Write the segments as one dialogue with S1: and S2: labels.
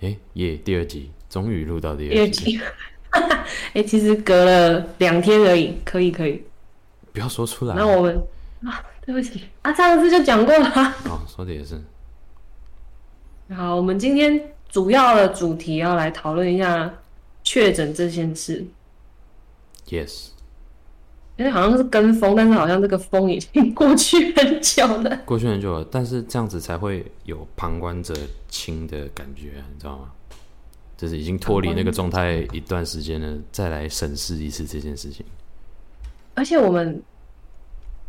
S1: 哎耶，第二集终于录到第
S2: 第二
S1: 二
S2: 集。 哎、其实隔了两天而已，可以可以。
S1: 不要说出来。
S2: 那我们啊，对不起啊，上次就讲过了啊。
S1: 哦，说的也是，
S2: 好，我们今天主要的主题要来讨论一下确诊这件事，
S1: yes，
S2: 因为好像是跟风，但是好像这个风已经过去很久了。
S1: 过去很久了，但是这样子才会有旁观者清的感觉，你知道吗？就是已经脱离那个状态一段时间了，再来审视一次这件事情。
S2: 而且我们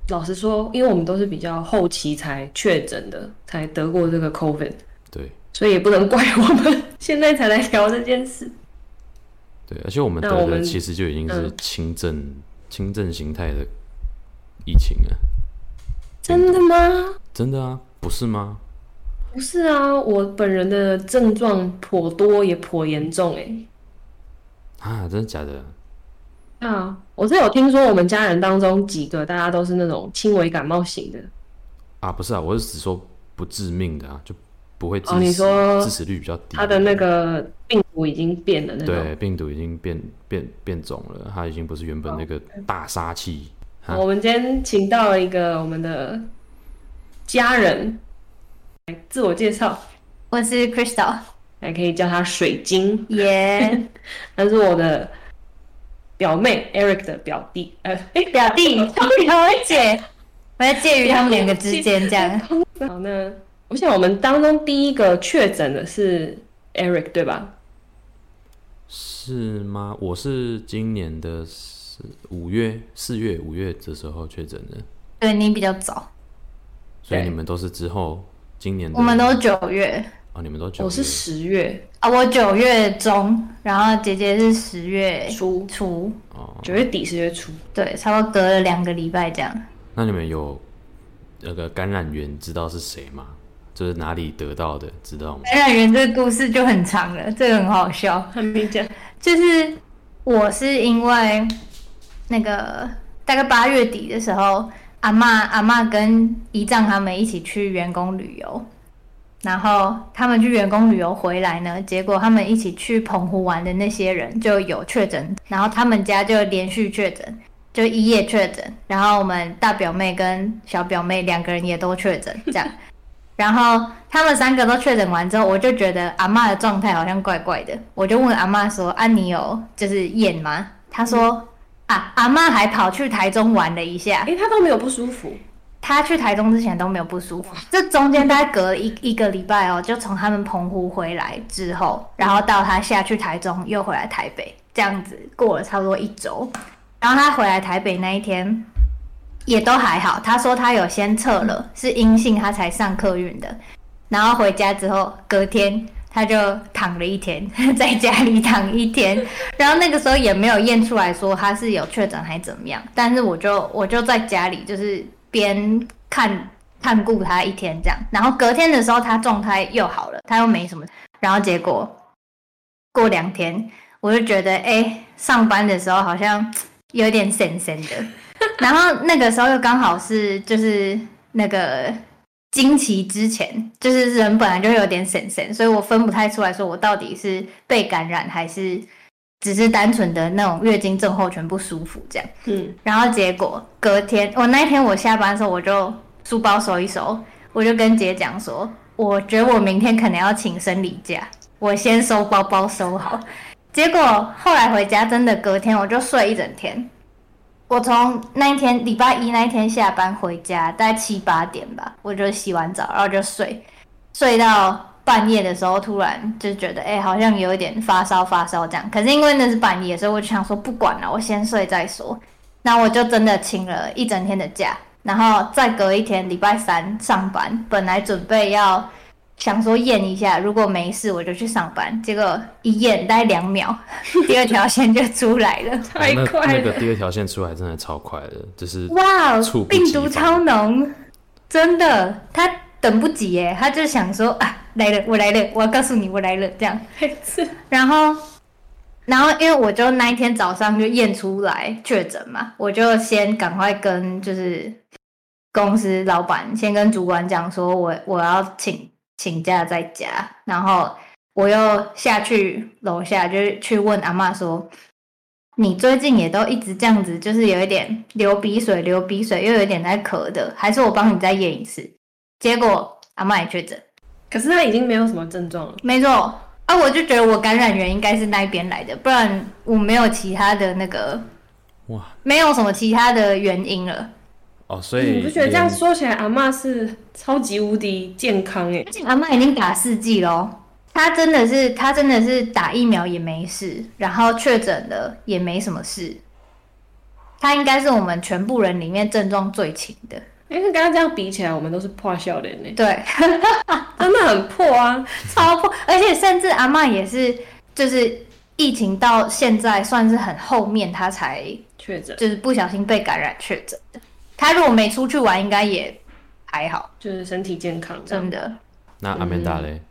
S2: 老实说，因为我们都是比较后期才确诊的，才得过这个 COVID，
S1: 对
S2: 所以也不能怪我们现在才来聊这件事。
S1: 对，而且我们
S2: 那
S1: 得
S2: 我
S1: 的
S2: 们
S1: 其实就已经是
S2: 嗯
S1: 轻症、轻症形态的疫情了，
S2: 真的吗？
S1: 真的啊，不是吗？
S2: 不是啊，我本人的症状颇多，也颇严重哎、
S1: 啊，真的假的？
S3: 嗯
S2: 啊，我是有听说我们家人当中几个，大家都是那种轻微感冒型的。
S1: 啊，不是啊，我是只说不致命的啊，就不会致死，
S2: 哦你说
S1: 致死率比较低。
S2: 他的那个病毒已经变了那种。
S1: 对病毒已经变变变种了，它已经不是原
S2: 哦
S1: 本那个大杀器。啊
S2: 我们今天请到了一个我们的家人来自我介绍，
S3: 我是 Crystal，
S2: 还可以叫她水晶，
S3: 耶，
S2: 她是我的表妹 Eric 的表弟，呃，哎、
S3: 表弟， 表姐，我在介于他们两个之间这样。
S2: 好，那我想我们当中第一个确诊的是 Eric 对吧？
S1: 是吗？我是今年的四五月、四月、五月的时候确诊的，
S3: 对你比较早，
S1: 所以
S2: 对
S1: 你们都是之后今年的。
S3: 我们都九月
S1: 哦，你们都九月
S2: 我是十月
S3: 啊，我九月中，然后姐姐是十月
S2: 初，
S3: 哎初，
S1: 哦，
S2: 九月底十月初，
S3: 对，差不多隔了两个礼拜这样。
S1: 那你们有那个感染源知道是谁吗？就是哪里得到的，知道吗？
S3: 感染源这个故事就很长了，这个很好笑。
S2: 还没讲。
S3: 就是我是因为那个大概八月底的时候，阿嬷阿嬷跟姨丈他们一起去员工旅游，然后他们去员工旅游回来呢，结果他们一起去澎湖玩的那些人就有确诊，然后他们家就连续确诊。就一夜确诊，然后我们大表妹跟小表妹两个人也都确诊，这样，然后他们三个都确诊完之后，我就觉得阿嬷的状态好像怪怪的，我就问阿嬷说：“啊，你有就是验吗？”她说：“啊，阿嬷还跑去台中玩了一下
S2: 哎、，他都没有不舒服，
S3: 她去台中之前都没有不舒服。 这中间大概隔了一一个礼拜哦，就从他们澎湖回来之后，然后到她下去台中又回来台北，这样子过了差不多一周。然后她回来台北那一天。”也都还好，她说她有先测了，是阴性，她才上客运的。然后回家之后，隔天他就躺了一天， 在家里躺一天。然后那个时候也没有验出来说他是有确诊还怎么样，但是我就我就在家里就是边看看顾他一天这样。然后隔天的时候，他状态又好了，他又没什么。然后结果过两天，我就觉得哎，上班的时候好像有点神神的。然后那个时候又刚好是就是那个经期之前，就是人本来就有点神神，所以我分不太出来说我到底是被感染还是只是单纯的那种月经症候群不舒服这样。
S2: 嗯，
S3: 然后结果隔天，我那一天我下班的时候，我就书包收一收，我就跟姐讲说，我觉得我明天可能要请生理假，我先收包包收好。 结果后来回家，真的隔天我就睡一整天。我从那一天礼拜一那一天下班回家，大概七八点吧，我就洗完澡，然后就睡，睡到半夜的时候，突然就觉得，哎、好像有一点发烧，发烧这样。可是因为那是半夜，所以我就想说，不管了，我先睡再说。那我就真的请了一整天的假，然后再隔一天礼拜三上班，本来准备要想说验一下，如果没事我就去上班，结果一验大概两秒，第二条线就出来了。
S2: 太
S1: 哦那
S2: 快
S1: 那个
S2: 了，
S1: 第二条线出来真的超快的，只是
S3: 哇
S1: 猝，不及
S3: 病毒超浓，真的，他等不及耶，他就想说啊，来了，我来了，我要告诉你，我来了这样。
S2: 太刺
S3: 然后然后因为我就那一天早上就验出来确诊嘛，我就先赶快跟就是公司老板先跟主管讲说我我要请请假在家，然后我又下去楼下就是去问阿嬷说。你最近也都一直这样子，就是有一点流鼻水，流鼻水又有一点在咳的，还是我帮你再验一次？结果阿嬷也确诊，
S2: 可是他已经没有什么症状了。
S3: 没错，啊，我就觉得我感染源应该是那一边来的，不然我没有其他的那个，
S1: 哇，
S3: 没有什么其他的原因了。
S1: 哦，所以
S2: 你不觉得这样
S1: 连
S2: 说起来，阿嬷是超级无敌健康哎
S3: 而？且阿妈已经打四剂喽，她真的是她真的是打疫苗也没事，然后确诊了也没什么事，她应该是我们全部人里面症状最轻的。
S2: 哎、跟刚刚这样比起来，我们都是破笑脸呢，
S3: 对，
S2: 真的很破啊！
S3: 超破，而且甚至阿嬷也是，就是疫情到现在算是很后面，她才
S2: 确诊
S3: 就是不小心被感染确诊的。她如果没出去玩，应该也还好，
S2: 就是身体健康这样。
S3: 真的。
S1: 那阿曼达
S2: 嗯
S1: 嘞？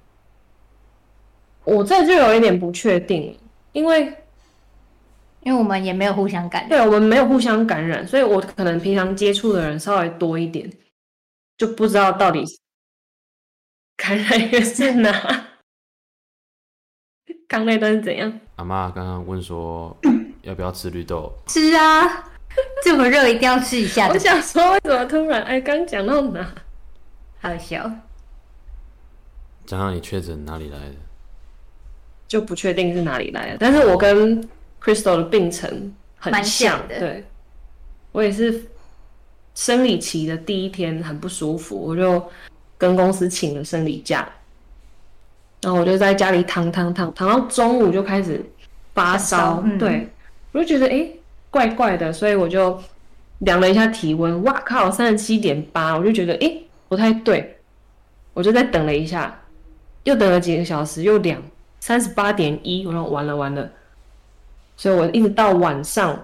S2: 我这就有一点不确定，因为
S3: 因为我们也没有互相感染，
S2: 对我们没有互相感染，所以我可能平常接触的人稍微多一点，就不知道到底感染源是哪。刚那段是怎样？
S1: 阿妈刚刚问 说要不要吃绿豆，
S3: 吃啊， 这么热一定要吃一下
S2: 我
S3: 的，
S2: 想说，为什么突然哎，刚讲到哪？
S3: 好笑。
S1: 讲到你确诊哪里来的？
S2: 就不确定是哪里来的。但是我跟 Crystal 的病程很
S3: 蛮
S2: 像
S3: 像的
S2: 对我也是生理期的第一天很不舒服，我就跟公司请了生理假，然后我就在家里躺躺躺躺到中午就开始发烧
S3: 发烧，嗯
S2: 对我就觉得哎、诶怪怪的，所以我就量了一下体温，哇靠，三十七点八，我就觉得哎、诶不太对，我就再等了一下，又等了几个小时，又量三十八点一，我说完了完了，所以我一直到晚上，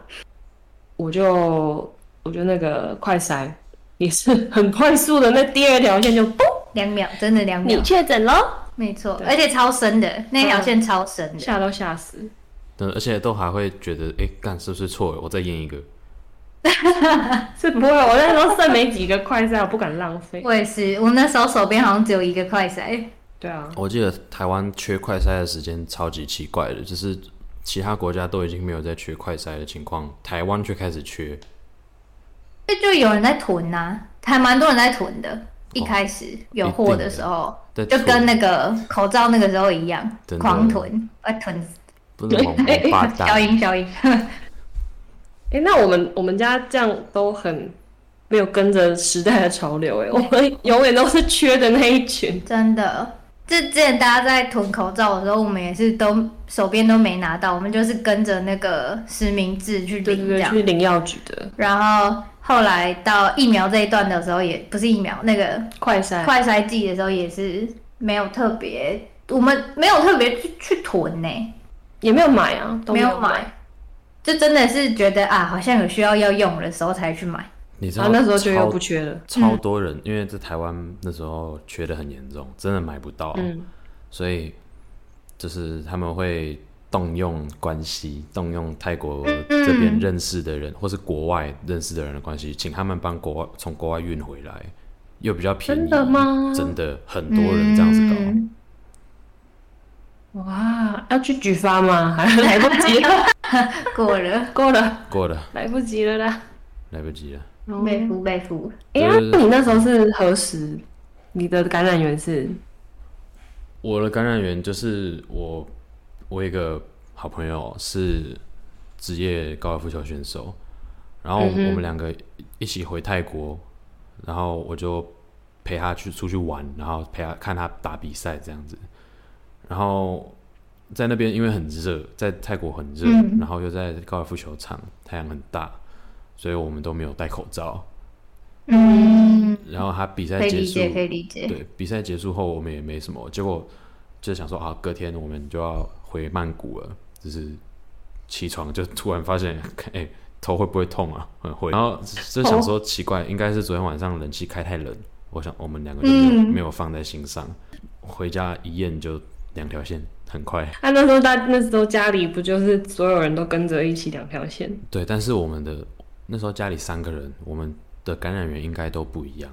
S2: 我就我就那个快筛也是很快速的，那第二条线就 嘣，
S3: 两秒，真的两秒，
S2: 确诊喽，
S3: 没错，
S2: 对
S3: 而且超深的，那条线超深的。
S2: 吓都吓死，
S1: 嗯，而且都还会觉得，哎、干是不是错了？我再验一个。
S2: 是不会，我那时候剩没几个快筛，我不敢浪费。
S3: 我也是，我那时候手边好像只有一个快筛，
S2: 对啊，
S1: 我记得台湾缺快筛的时间超级奇怪的，就是其他国家都已经没有在缺快筛的情况，台湾却开始缺。
S3: 那就有人在囤呐、还蛮多人在囤的。一开始有货的时候，
S1: 在
S3: 就
S1: 错
S3: 跟那个口罩那个时候一样，
S1: 真的
S3: 狂囤，啊囤死，
S1: 不是 王王八
S3: 消
S1: 蛋，
S3: 音消音。
S2: 哎、那我们我们家这样都很没有跟着时代的潮流、 哎，我们永远都是缺的那一群。
S3: 真的。这之前大家在囤口罩的时候，我们也是都手边都没拿到，我们就是跟着那个实名制去
S2: 对
S3: 领
S2: 对对，
S3: 这样。
S2: 去领药局的
S3: 然后后来到疫苗这一段的时候也，不是疫苗，那个
S2: 快筛，
S3: 快筛剂的时候也是没有特别，我们没有特别去去囤呢、
S2: 也没有买啊，都
S3: 没
S2: 有
S3: 有买，就真的是觉得啊，好像有需要要用的时候才去买。
S1: 你知
S2: 然
S1: 道
S2: 后那时候就又
S1: 超
S2: 不缺了。
S1: 超多人，因为在台湾那时候缺的很严重，真的买不到，
S2: 嗯
S1: 所以就是他们会动用关系，动用泰国这边认识的人，或是国外认识的人的关系，请他们帮国外从国外运回来，又比较便宜。
S2: 真的吗
S1: 真的很多人这样子搞，
S3: 嗯
S2: 哇，要去举发吗？ 还来不及了，
S3: 过 了，
S2: 够了，
S1: 过了
S2: 来不及了啦。
S1: 来不及了。
S3: 被服被服。
S2: 哎、
S1: 对
S2: 呀，
S1: 对对
S2: 你那时候是何时？你的感染源是
S1: 我的感染源就是我，我有一个好朋友是职业高尔夫球选手，然
S3: 嗯
S1: 后我们我们两个一起回泰国，然后我就陪他去出去玩，然后陪他看他打比赛这样子，然后在那边因为很热，在泰国很热，
S3: 嗯
S1: 然后又在高尔夫球场，太阳很大，所以我们都没有戴口罩。
S3: 嗯，
S1: 然后他比赛
S3: 可以
S1: 结
S3: 理
S1: 束，
S3: 解，可以理解。
S1: 对，比赛结束后我们也没什么，结果就想说啊，隔天我们就要回曼谷了，就是起床就突然发现，哎、头会不会痛啊？很会。然后就想说奇怪，应该是昨天晚上冷气开太冷，我想我们两个就没有、
S3: 嗯
S1: 没有放在心上，回家一验就两条线，很快。
S2: 啊，那时候大那时候家里不就是所有人都跟着一起两条线？
S1: 对，但是我们的那时候家里三个人，我们的感染源应该都不一样。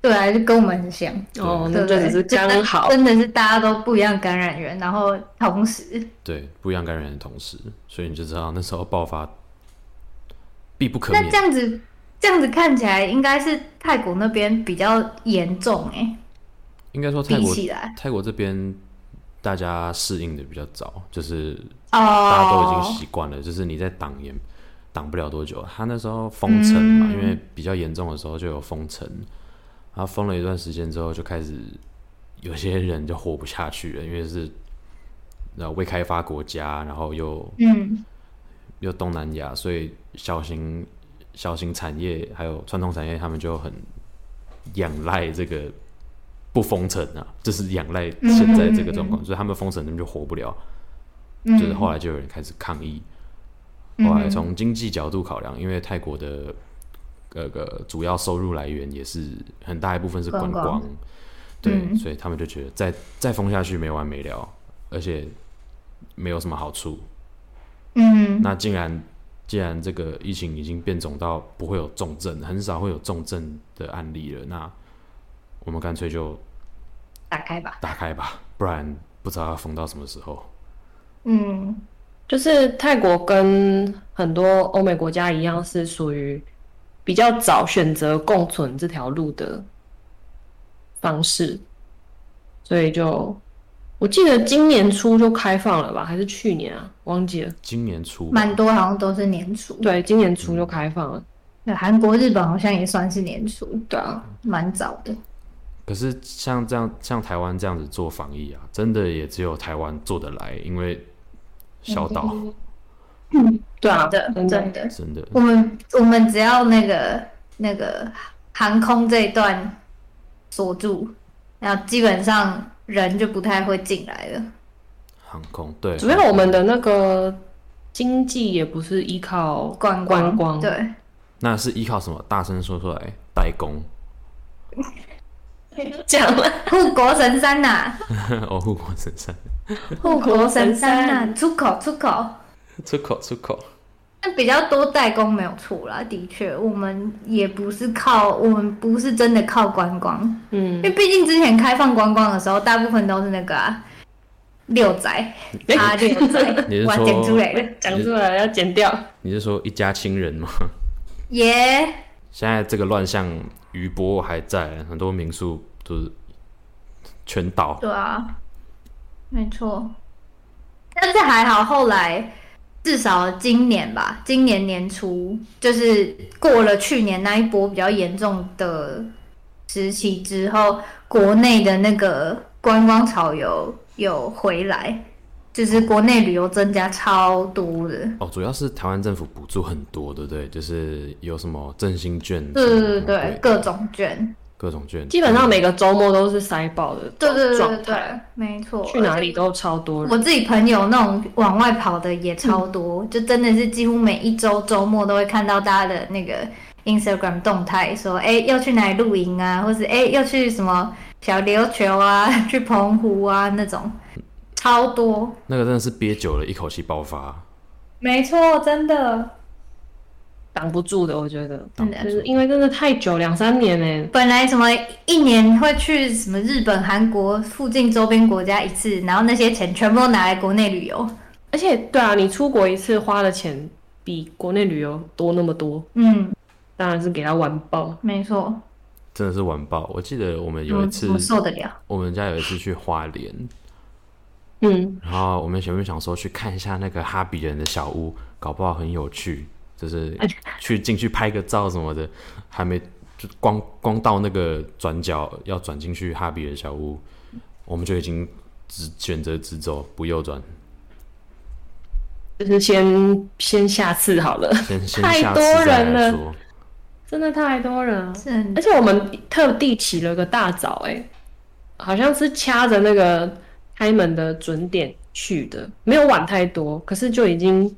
S3: 对啊，就跟我们很像，
S2: 哦，
S3: 对
S2: 那
S3: 不
S2: 就
S3: 对？
S2: 只是刚好。
S3: 真的真的是大家都不一样感染源，然后同时，
S1: 对，不一样感染源的同时，所以你就知道那时候爆发必不可
S3: 那这
S1: 免。
S3: 样子这样子看起来应该是泰国那边比较严重哎、
S1: 应该说泰
S3: 比
S1: 国
S3: 起来
S1: 泰国这边大家适应的比较早，就是大家都已
S3: 哦，
S1: 经习惯了，就是你在挡也挡不了多久。他那时候封城嘛，
S3: 嗯
S1: 因为比较严重的时候就有封城，然后封了一段时间之后，就开始有些人就活不下去了，因为是呃未开发国家，然后又
S3: 嗯，
S1: 又东南亚，所以小型小型产业还有传统产业，他们就很仰赖这个不封城啊，就是仰赖现在这个状况，所以他们封城他们就活不了。
S3: 嗯
S1: 就是后来就有人开始抗议，后来从经济角度考量，因为泰国的呃个主要收入来源也是很大一部分是观
S3: 观光
S1: 对，
S3: 嗯
S1: 所以他们就觉得再再封下去没完没了，而且没有什么好处，
S3: 嗯
S1: 那竟然既然这个疫情已经变种到不会有重症，很少会有重症的案例了，那我们干脆就
S3: 打开吧，
S1: 打开吧，不然不知道要封到什么时候。
S3: 嗯
S2: 就是泰国跟很多欧美国家一样，是属于比较早选择共存这条路的方式，所以就我记得今年初就开放了吧，还是去年啊？忘记了。
S1: 今年初吧
S3: 蛮多好像都是年初，
S2: 对，今年初就开放了。
S3: 对，韩国、日本好像也算是年初，
S2: 对啊，
S3: 蛮早的。
S1: 可是像这样像台湾这样子做防疫啊，真的也只有台湾做得来，因为小岛、
S2: 嗯对啊，
S3: 的，
S2: 真的
S3: 真的。
S1: 真的
S3: 我们我们只要那个那个航空这一段锁住，然后基本上人就不太会进来了。
S1: 航空对，
S2: 主要我们的那个经济也不是依靠
S3: 观
S2: 观光
S3: 光，对，
S1: 那是依靠什么？大声说出来，代工
S2: 讲了，
S3: 护国神山呐、
S1: 哦，护国神山，
S3: 护国神山呐、出口出口。
S1: 出口出口，
S3: 那比较多代工没有错啦，的确，我们也不是靠，我们不是真的靠观光，因
S2: 嗯，
S3: 为毕竟之前开放观光的时候，大部分都是那个、啊、六宅
S2: 哎
S3: 啊六宅
S1: 你是，
S3: 哇
S1: 说
S3: 剪出来的
S2: 讲出来要剪掉。
S1: 你是说一家亲人吗？
S3: 耶
S1: 现在这个乱象余波还在，很多民宿都是全倒。
S3: 对啊，没错。但是还好，后来至少今年吧，今年年初就是过了去年那一波比较严重的时期之后，国内的那个观光潮有有回来，就是国内旅游增加超多的。
S1: 哦，主要是台湾政府补助很多，对不对？就是有什么振兴券，
S3: 对
S1: 什么
S3: 对对对，各种券，
S1: 各种券，
S2: 基本上每个周末都是塞爆的
S3: 对对对
S2: 状
S3: 对对
S2: 态，，
S3: 没错。
S2: 去哪里都超多人。
S3: 我自己朋友那种往外跑的也超多，就真的是几乎每一周周末都会看到大家的那个 Instagram 动态，说哎、要去哪里露营啊，或是哎、要去什么小琉球啊，去澎湖啊那种，超多。
S1: 嗯那个真的是憋久了，一口气爆发。
S3: 没错，真的。
S2: 挡不住的，我觉得，
S1: 挡
S3: 不住
S2: 就是因为真的太久，两三年呢、
S3: 本来什么一年会去什么日本、韩国附近周边国家一次，然后那些钱全部都拿来国内旅游。
S2: 而且，对啊，你出国一次花的钱比国内旅游多那么多，
S3: 嗯，
S2: 当然是给他完爆。
S3: 没错，
S1: 真的是完爆！我记得我们有一次，
S3: 嗯我受得了。
S1: 我们家有一次去花莲，
S2: 嗯，
S1: 然后我们前面想说去看一下那个哈比人的小屋，搞不好很有趣，就是去进去拍个照什么的，还没就光光到那个转角要转进去哈比人小屋，我们就已经只选择直走不右转，
S2: 就是先先下次好了，
S1: 先 先
S2: 太
S1: 下次
S2: 多
S1: 再
S2: 人
S1: 来
S2: 了
S1: 说。
S2: 真的太多人了。
S3: 真的
S2: 而且我们特地起了个大早、哎，好像是掐着那个开门的准点去的，没有晚太多，可是就已经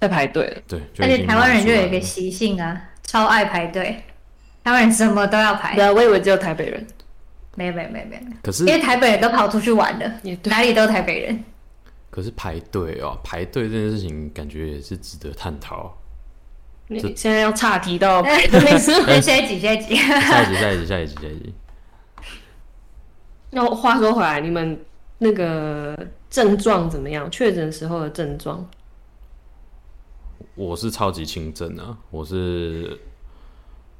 S2: 在排队了。
S1: 对，就
S3: 而
S1: 已
S3: 且
S1: 经
S3: 台湾人就有一
S1: 满出来
S3: 个
S1: 了
S3: 习性啊，超爱排队。台湾人什么都要排，
S2: 对啊，我以为只有台北人。
S3: 没有没有没有没有，
S1: 可是
S3: 因为台北人都跑出去玩了，
S2: 也对，
S3: 哪里都有台北人。
S1: 可是排队哦，排队这件事情感觉也是值得探讨。
S2: 你
S1: 这
S2: 现在要岔题到
S3: 对，下一集下一集，
S1: 下一集，下一集，下一集，下一集。
S2: 那话说回来，你们那个症状怎么样？确诊时候的症状？
S1: 我是超级轻症啊，我是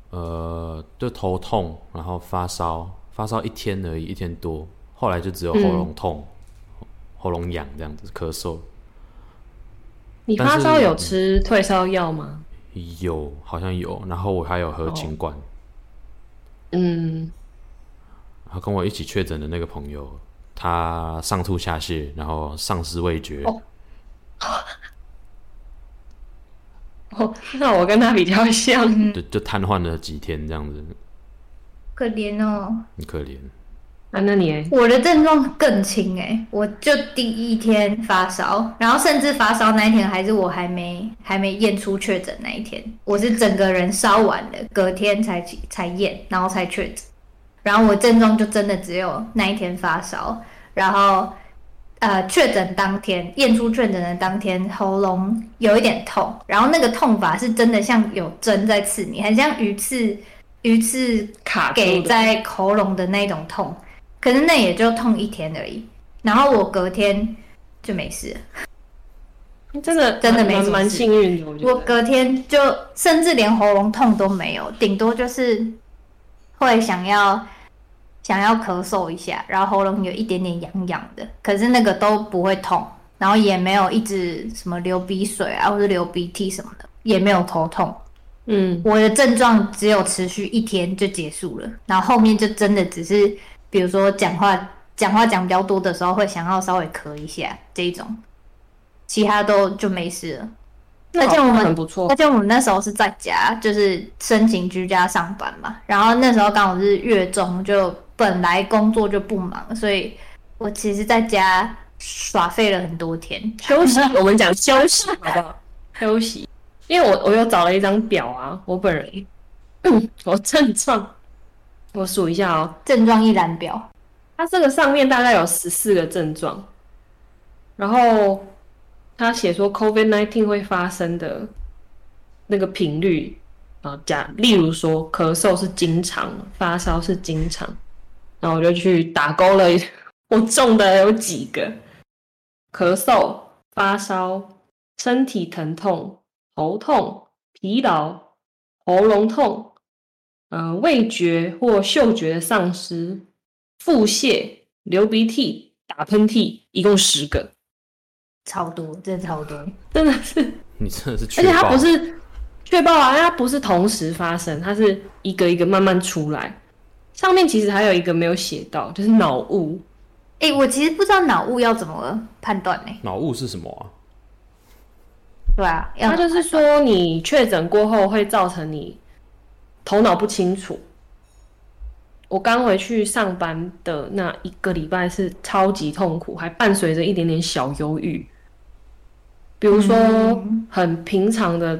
S1: 呃，就头痛，然后发烧，发烧一天而已，一天多，后来就只有喉咙痛、喉咙痒这样子，咳嗽
S2: 你
S1: 但是
S2: 发烧有吃退烧药吗？
S1: 有好像有，然后我还有喝清冠，
S2: 嗯，
S1: 然后跟我一起确诊的那个朋友，他上吐下泻，然后丧失味觉，
S2: 哦哦，那我跟他比较像。
S1: 就就瘫痪了几天这样子，
S3: 可怜哦。
S1: 很可怜。
S2: 啊，那你欸
S3: 我的症状更轻哎、我就第一天发烧，然后甚至发烧那一天还是我还没还没验出确诊那一天，我是整个人烧完了，隔天才起才验，然后才确诊。然后我症状就真的只有那一天发烧，然后呃确诊当天验出确诊的当天喉咙有一点痛，然后那个痛法是真的像有针在刺你，很像鱼刺鱼刺
S2: 卡住
S3: 给
S2: 的，
S3: 在喉咙的那种痛，可是那也就痛一天而已。然后我隔天就没事了，
S2: 真的
S3: 真的没
S2: 蛮
S3: 什么
S2: 蛮
S3: 事
S2: 幸运的，我觉
S3: 我
S2: 得。
S3: 隔天就甚至连喉咙痛都没有，顶多就是会想要想要咳嗽一下，然后喉咙有一点点痒痒的，可是那个都不会痛，然后也没有一直什么流鼻水啊，或者流鼻涕什么的，也没有头痛。
S2: 嗯，
S3: 我的症状只有持续一天就结束了，然后后面就真的只是，比如说讲话讲话讲比较多的时候会想要稍微咳一下这一种，其他都就没事了。
S2: 那
S3: 而且
S2: 好
S3: 我们
S2: 很不错
S3: 而，且我们那时候是在家，就是申请居家上班嘛。然后那时候刚好是月中，就本来工作就不忙，所以我其实在家耍废了很多天。
S2: 休息， 我们讲休 息好不好？休息，因为我我又找了一张表啊，我本人，嗯我症状，我数一下哦，
S3: 症状一览表，
S2: 它这个上面大概有十四个症状，然后他写说 COVID 1 9会发生的那个频率啊，假例如说咳嗽是经常，发烧是经常，然后我就去打勾了， 我中的有几个，咳嗽、发烧、身体疼痛、头痛、疲劳、喉咙痛、呃味觉或嗅觉的丧失、腹泻、流鼻涕、打喷嚏，一共十个，
S3: 超多，真的超多。
S2: 真的是，
S1: 你真的是
S2: 而
S1: 确
S2: 且
S1: 保，
S2: 它不是确爆啊，它不是同时发生，它是一个一个慢慢出来。上面其实还有一个没有写到，就是脑雾，
S3: 诶，我其实不知道脑雾要怎么判断呢、
S1: 脑雾是什么啊？
S3: 对啊，要
S2: 它就是说你确诊过后会造成你头脑不清楚。我刚回去上班的那一个礼拜是超级痛苦，还伴随着一点点小忧郁。比如说
S3: 嗯
S2: 很平常的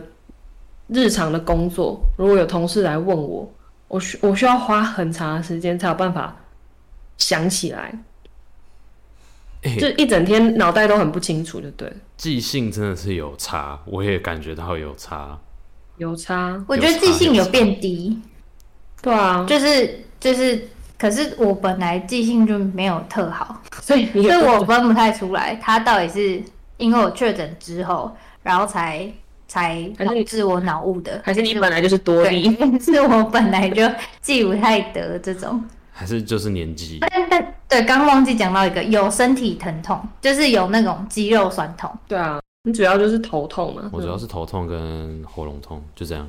S2: 日常的工作，如果有同事来问我，我需我需要花很长的时间才有办法想起来，
S3: 欸
S1: 哎、
S2: 就一整天脑袋都很不清楚，就对了，
S1: 记性真的是有差，我也感觉到有差。
S2: 有差，
S3: 我觉得记性有变低，
S2: 对啊，
S3: 就是就是，可是我本来记性就没有 特好，
S2: 所以你
S3: 所以
S2: 有
S3: 我分不太出来，他到底是因为我确诊之后，然后才才
S2: 还是
S3: 导致我脑雾 的，
S2: 还是你本来就是多虑，
S3: 对， 是我本来就记不太得这种。
S1: 还是就是年纪，
S3: 但但对，刚忘记讲到一个，有身体疼痛，就是有那种肌肉酸痛。
S2: 对啊，你主要就是头痛嘛。
S1: 我主要
S2: 是
S1: 是头痛跟喉咙痛，就这样。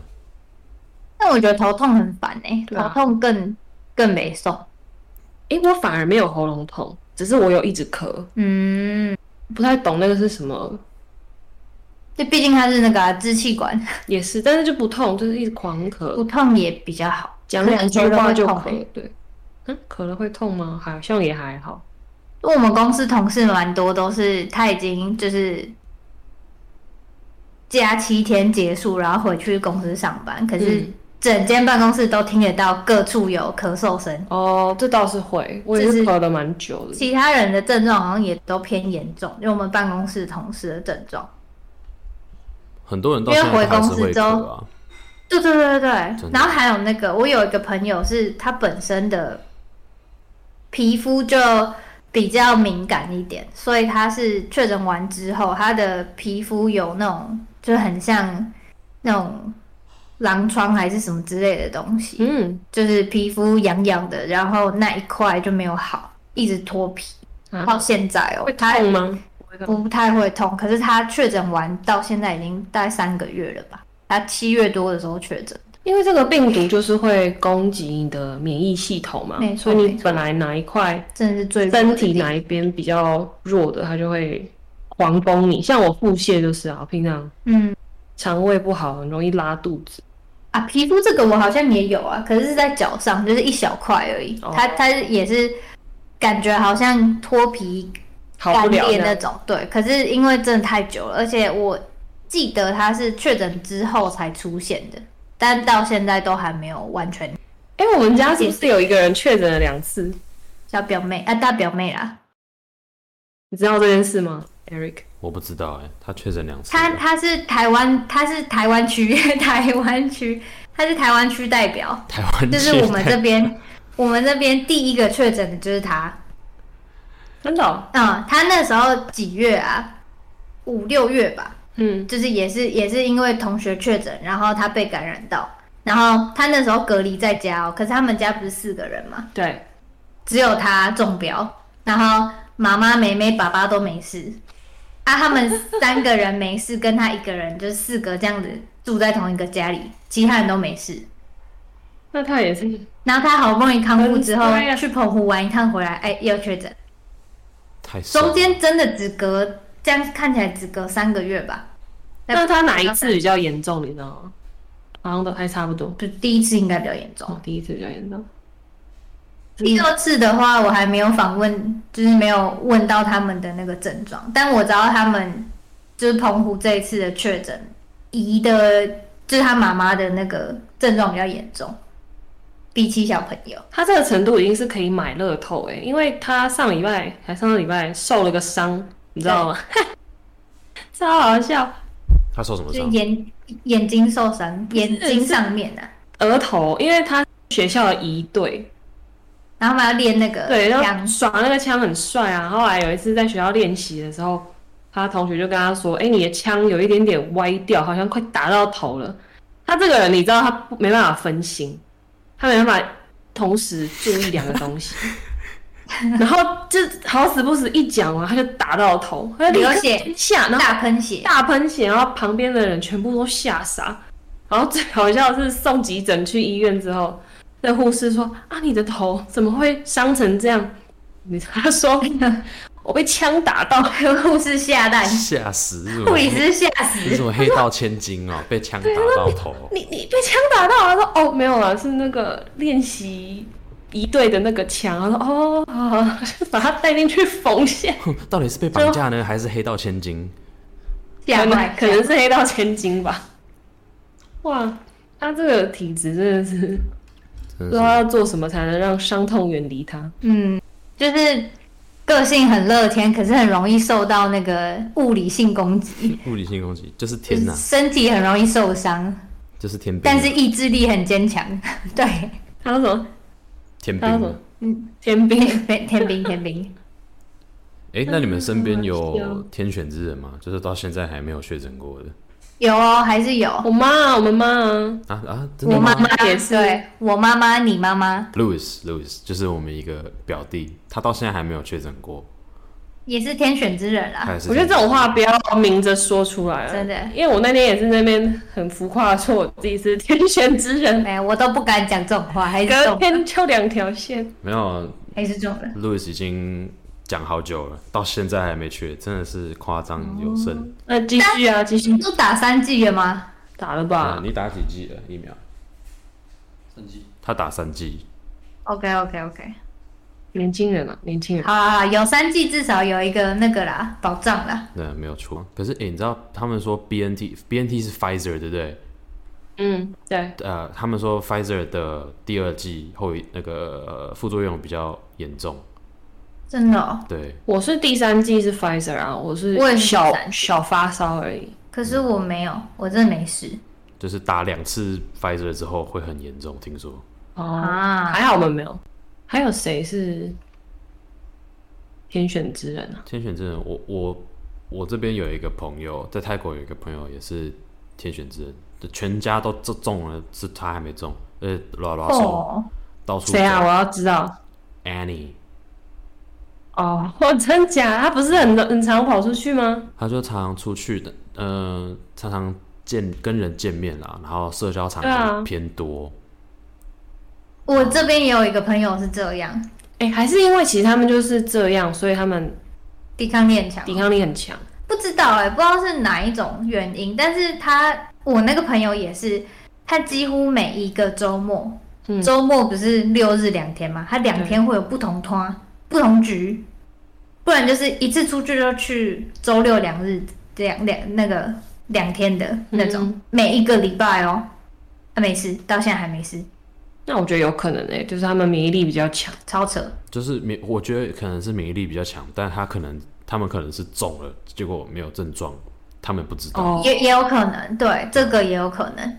S3: 但我觉得头痛很烦哎、
S2: 对啊
S3: 头痛更更没送。
S2: 诶，我反而没有喉咙痛，只是我有一直咳，
S3: 嗯，
S2: 不太懂那个是什么，
S3: 就毕竟它是那个啊支气管，
S2: 也是，但是就不痛，就是一直狂
S3: 不
S2: 咳，
S3: 痛也比较好。
S2: 讲两句话就
S3: 可能
S2: 咳，对。嗯，咳了会痛吗？好像也还好。
S3: 因为我们公司同事蛮多都是他已经就是假七天结束，然后回去公司上班，可是
S2: 嗯
S3: 整间办公室都听得到各处有咳嗽声，
S2: 哦，这倒是会，我也
S3: 这
S2: 是
S3: 是
S2: 咳了蛮久的。
S3: 其他人的症状好像也都偏严重，就我们办公室同事的症状。
S1: 很多人到现在都还是会咳啊，
S3: 对对对对对
S1: 真，的
S3: 然后还有那个，我有一个朋友是他本身的皮肤就比较敏感一点，所以他是确诊完之后，他的皮肤有那种就很像那种狼疮还是什么之类的东西，
S2: 嗯，
S3: 就是皮肤痒痒的，然后那一块就没有好，一直脱皮到
S2: 啊
S3: 现在哦
S2: 会，痛吗？
S3: 不太会痛，可是他确诊完到现在已经大概三个月了吧，他七月多的时候确诊。
S2: 因为这个病毒就是会攻击你的免疫系统嘛
S3: 没，
S2: 所
S3: 错
S2: 以
S3: 没
S2: 你
S3: 错
S2: 本来哪一块
S3: 真的是最
S2: 身体哪一边比较弱的，它就会狂攻你。像我腹泻就是啊，平常
S3: 嗯
S2: 肠胃不好，很容易拉肚子。
S3: 啊，皮肤这个我好像也有啊，可是是在脚上，就是一小块而已。
S2: 哦
S3: 它它也是感觉好像脱皮
S2: 好不了
S3: 干裂
S2: 这
S3: 那
S2: 样
S3: 种，对。可是因为真的太久了，而且我记得它是确诊之后才出现的，但到现在都还没有完全。
S2: 哎、我们家是不是有一个人确诊了两次？
S3: 小表妹啊，大表妹啦，
S2: 你知道这件事吗，Eric？
S1: 我不知道哎、他确诊两次了，
S3: 她她是台湾，她是台湾区， 台湾区，她是台湾区代表。
S1: 台湾
S3: 就是
S1: 区
S3: 我们
S1: 代
S3: 这边，我们这边第一个确诊的就是他。
S2: 真的哦、
S3: 嗯，他那时候几月啊？五六月吧，
S2: 嗯，
S3: 就是也是也是因为同学确诊，然后他被感染到，然后他那时候隔离在家哦。可是他们家不是四个人嘛，
S2: 对，
S3: 只有他中标，然后妈妈、妹妹、爸爸都没事。啊，他们三个人没事，跟他一个人就是四个这样子住在同一个家里，其他人都没事。
S2: 那他也是，
S3: 然后他好不容易康复之后
S2: 很衰啊，
S3: 去澎湖玩一趟回来，哎，又确诊。
S1: 太瘦了
S3: 中间真的只隔这样看起来只隔三个月吧，
S2: 那他哪一次比较严重？你知道吗？好像都还差不多。
S3: 就第一次应该比较严重。
S2: 哦，第一次比较严重。
S3: 第二次的话，我还没有访问，就是没有问到他们的那个症状，但我知道他们就是澎湖这一次的确诊，姨的，就是他妈妈的那个症状比较严重，比起小朋友，
S2: 他这个程度已经是可以买乐透哎、因为他上礼拜还上上礼拜受了个伤，你知道吗？ 超好笑，
S1: 他受什么
S3: 就是
S1: 伤？
S3: 眼眼睛受伤，眼睛上面啊，
S2: 额头，因为他学校的仪队，
S3: 然后他们要练那个
S2: 对，然后
S3: 两
S2: 耍那个枪很帅啊。后来有一次在学校练习的时候，他同学就跟他说：“哎、你的枪有一点点歪掉，好像快打到头了。”他这个人你知道，他不没办法分心，他没办法同时注意两个东西。然后就好死不死一讲完，他就打到头，他就立刻
S3: 流血
S2: 蹲下，然后
S3: 大喷血，
S2: 大喷血，然后旁边的人全部都吓傻。然后最好笑的是送急诊去医院之后，那护士说：“啊，你的头怎么会伤成这样？”你他说：“我被枪打到。
S3: 护士吓到，
S1: 吓死！是什么
S3: 护理师吓
S1: 你
S3: 死
S1: 什。么黑道千金哦，被枪打到头，
S2: 你”你被枪打到？他说：“哦，没有啦，是那个练习一队的那个枪。”他说：“哦，好好，好就把他带进去缝线。
S1: 哼到底是被绑架呢，还是黑道千金？
S3: 吓
S2: 可
S3: 坏
S2: 能，可能是黑到千金吧。”哇，他这个体质真的是。
S1: 真
S2: 不知
S1: 的
S2: 道
S1: 是
S2: 要做什么才能让伤痛远离他。
S3: 嗯，就是个性很乐天，可是很容易受到那个物理性攻击，
S1: 物理性攻击，就是
S3: 就
S1: 天
S3: 是
S1: 呐，
S3: 身体很容易受伤，
S1: 就是天兵啊，
S3: 嗯但是意志力很坚强。 对，
S2: 他说什么？
S1: 天兵
S2: 他说什
S1: 啊
S3: 嗯
S2: 么。？天兵。
S3: 天天兵天兵，
S1: 哎、那你们身边有
S2: 嗯
S1: 天选之人吗？就是到现在还没有确诊过的
S3: 有哦，还是有。
S2: 我妈啊，我们妈啊，
S1: 啊啊！真
S3: 我
S1: 的吗
S3: 妈妈
S2: 也是
S3: 对我妈妈，你妈妈
S1: ？Louis Louis 就是我们一个表弟，他到现在还没有确诊过，
S3: 也是天选之人啊
S1: 他
S3: 啦。
S1: 还是
S2: 啊我觉得这种话不要明着说出来啊
S3: 真的
S2: 因为我那天也是那边很浮夸的说我自己是天选之人，
S3: 没有，哎我都不敢讲这种话，还是
S2: 隔
S3: 中，
S2: 天就两条线。
S1: 没有
S3: 还是中了。
S1: Louis 已经讲好久了，到现在还没确，真的是夸
S2: 哦
S1: 张有剩。
S3: 呃
S2: 那继续啊，继续
S3: 你都打三剂了吗？
S2: 打了
S1: 啊
S2: 吧，。
S1: 你打几剂了疫苗？
S4: 三级
S1: 他打三剂，
S3: OK OK OK，
S2: 年轻人啊，年轻人。
S3: 好啦好啦，有三剂至少有一个那个啦，保障啦。
S1: 对，没有错。可是哎、诶你知道他们说 BNT BNT 是 Pfizer 对不对？
S2: 嗯，对，
S1: 呃，他们说 Pfizer 的第二季后遗那个、呃副作用比较严重，
S3: 真的、哦。
S1: 对，
S2: 我是第三季是 Pfizer 啊，我是
S3: 我也是
S2: 小
S3: 第三季
S2: 小发烧而已。
S3: 可是我没有，我真的没事
S1: 就是打两次 Pfizer 之后会很严重，听说。
S2: 哦，
S3: 啊。
S2: 还好我们没有。还有谁是天选之人啊？
S1: 天选之人，我我我这边有一个朋友，在泰国有一个朋友也是天选之人，就全家都中中了，是他还没中，呃，拉拉手、
S3: 哦，
S1: 到处
S2: 谁啊？我要知道。
S1: 走 Annie，
S2: 哦， 真假？他不是很很常跑出去吗？
S1: 他就常常出去的，呃，常常见跟人见面啦，然后社交场
S2: 对啊
S1: 合偏多，
S3: 我这边也有一个朋友是这样，
S2: 哎、还是因为其实他们就是这样，所以他们
S3: 抵抗力很强
S2: 抵。抗力很强。
S3: 不知道哎、不知道是哪一种原因，但是他我那个朋友也是，他几乎每一个周末
S2: 嗯，
S3: 周、末不是六日两天嘛，他两天会有不同团、不同局，不然就是一次出去就去周六两日两两那个两天的那种，
S2: 嗯
S3: 每一个礼拜哦，他没事，到现在还没事，
S2: 那我觉得有可能哎、就是他们免疫力比较强。
S3: 超扯。
S1: 就是免，我觉得可能是免疫力比较强，但他可能他们可能是中了，结果没有症状，他们不知道。
S2: 哦，
S3: 也也有可能，对，这个也有可能，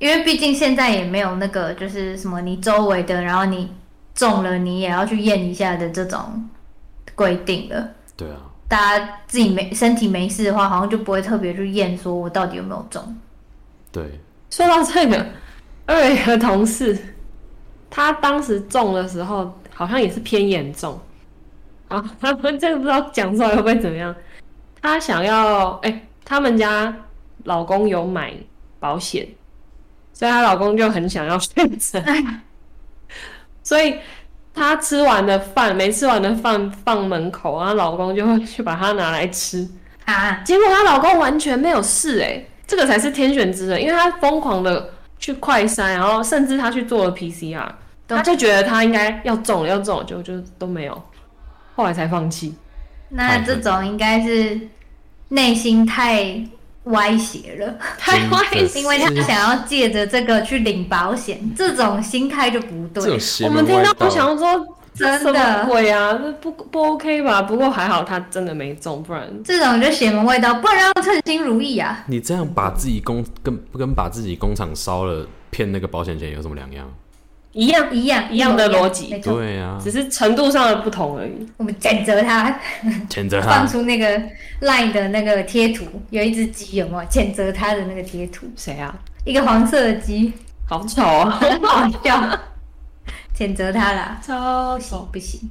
S3: 因为毕竟现在也没有那个就是什么你周围的，然后你中了你也要去验一下的这种规定了。
S1: 对啊，
S3: 大家自己没身体没事的话，好像就不会特别去验，说我到底有没有中。
S1: 对，
S2: 说到这个，我有一个同事，他当时中的时候好像也是偏严重，啊，他们这个不知道讲出来会不会怎么样。他想要，哎、他们家老公有买保险，所以她老公就很想要确诊，所以她吃完的饭没吃完的饭放门口，然后老公就会去把它拿来吃。
S3: 啊，
S2: 结果她老公完全没有事哎、这个才是天选之人，因为她疯狂的去快筛，然后甚至她去做了 PCR，
S3: 对
S2: 她就觉得她应该要中了，要中了，就就都没有，后来才放弃。
S3: 那这种应该是内心太歪斜了，
S2: 太坏
S1: 真的
S2: 心
S3: 因为他想要借着这个去领保险，这种心态就不
S1: 这种
S3: 对。
S1: 邪
S2: 我
S1: 门
S2: 们听到
S1: 歪道
S2: 我想说。这
S3: 真的
S2: 什么鬼啊？这不不 OK 吧？不过还好她真的没中，不然
S3: 这种就邪门味道，不然要称心如意啊！
S1: 你这样把自己工跟跟把自己工厂烧了骗那个保险钱有什么两样？
S2: 一样
S3: 一样
S2: 一样的逻辑
S3: 没错，
S1: 对啊
S2: 只，是程度上的不同而已。
S3: 我们谴责他，
S1: 谴责
S3: 放
S1: 他。
S3: 出那个 LINE 的那个贴图，有一只鸡，有没有？谴责他的那个贴图，
S2: 谁啊？
S3: 一个黄色的鸡，
S2: 好丑啊！
S3: 很好笑， 谴责他啦，
S2: 超
S3: 不行。不行，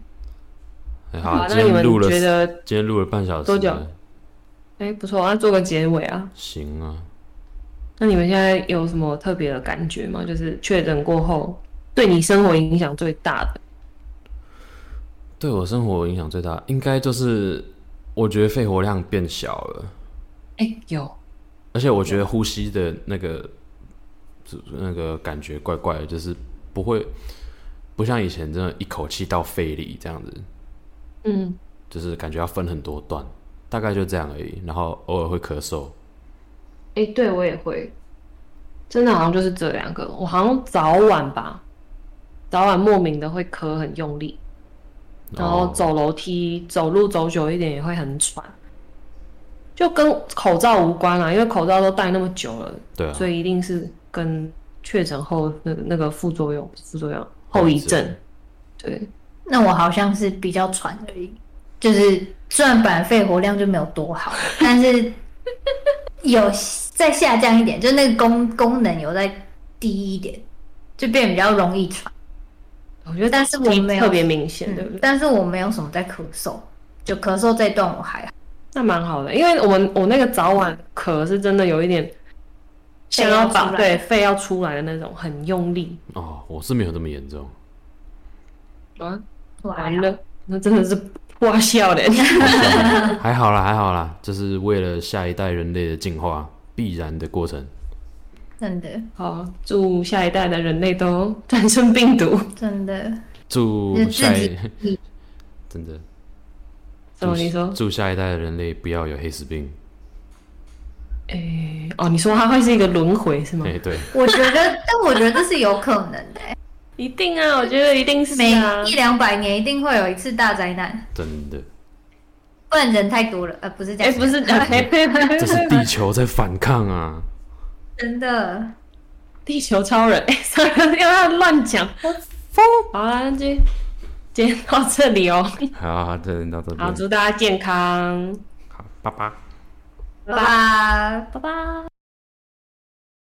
S1: 哎
S2: 好
S1: 好，
S2: 啊，
S1: 今
S2: 那你
S1: 天
S2: 们
S1: 录了
S2: 觉，得？
S1: 今天录了半小时，
S2: 多久？哎，不错，那做个结尾啊。
S1: 行啊，
S2: 那你们现在有什么特别的感觉吗？就是确诊过后对你生活影响最大的，
S1: 对我生活影响最大，应该就是我觉得肺活量变小了，
S2: 哎、有
S1: 而且我觉得呼吸的那个那个感觉怪怪的，就是不会不像以前真的一口气到肺里这样子，
S2: 嗯，
S1: 就是感觉要分很多段，大概就这样而已。然后偶尔会咳嗽，
S2: 哎、对我也会，真的好像就是这两个，我好像早晚吧，早晚莫名的会咳很用力，然后
S1: 哦
S2: 走楼梯、走路走久一点也会很喘，就跟口罩无关啊啦，因为口罩都戴那么久了，
S1: 对啊，
S2: 所以一定是跟确诊后那个那个副作用、副作用后遗症，对。
S3: 那我好像是比较喘而已，就是虽然本来肺活量就没有多好，但是有再下降一点，就是那个功功能有再低一点，就变比较容易喘。
S2: 我觉得，
S3: 但是我没有
S2: 特别明显，对不
S3: 嗯
S2: 对？，
S3: 但是我没有什么在咳嗽，就咳嗽这一段我还好。
S2: 那蛮好的，因为我们我那个早晚咳是真的有一点想要
S3: 肺要
S2: 把
S3: 出来
S2: 对肺要出来的那种，很用力
S1: 哦，我是没有这么严重，
S2: 啊，
S3: 哦我还
S2: 完
S3: 好
S2: 了，那真的是哇笑的。
S1: 还好啦，还好啦，就是为了下一代人类的进化必然的过程。
S3: 真的
S2: 好，祝下一代的人类都战胜病毒，
S3: 真的，
S1: 祝
S3: 你自己
S1: 下一
S3: 你
S1: 真的
S2: 怎么你说？
S1: 祝下一代的人类不要有黑死病。
S2: 诶哦，你说它会是一个轮回是吗
S1: 哎、？对，
S3: 我觉得， 但我觉得这是有可能的、欸
S2: 一定啊，我觉得一定 是
S3: 每
S2: 啊
S3: 一。两百年一定会有一次大灾难，
S1: 真的，
S3: 不然人太多了，呃，不是这
S2: 哎、
S3: 样，
S2: 不是，呸呸呸
S1: 这是地球在反抗啊！
S3: 真的，
S2: 地球超人，哎、欸， 要不要乱讲？好啦，那今今天到这里哦。
S1: 好，好这到这
S2: 好，
S1: 边，
S2: 祝大家健康，
S1: 好，拜拜。
S3: 拜拜。
S2: 拜拜。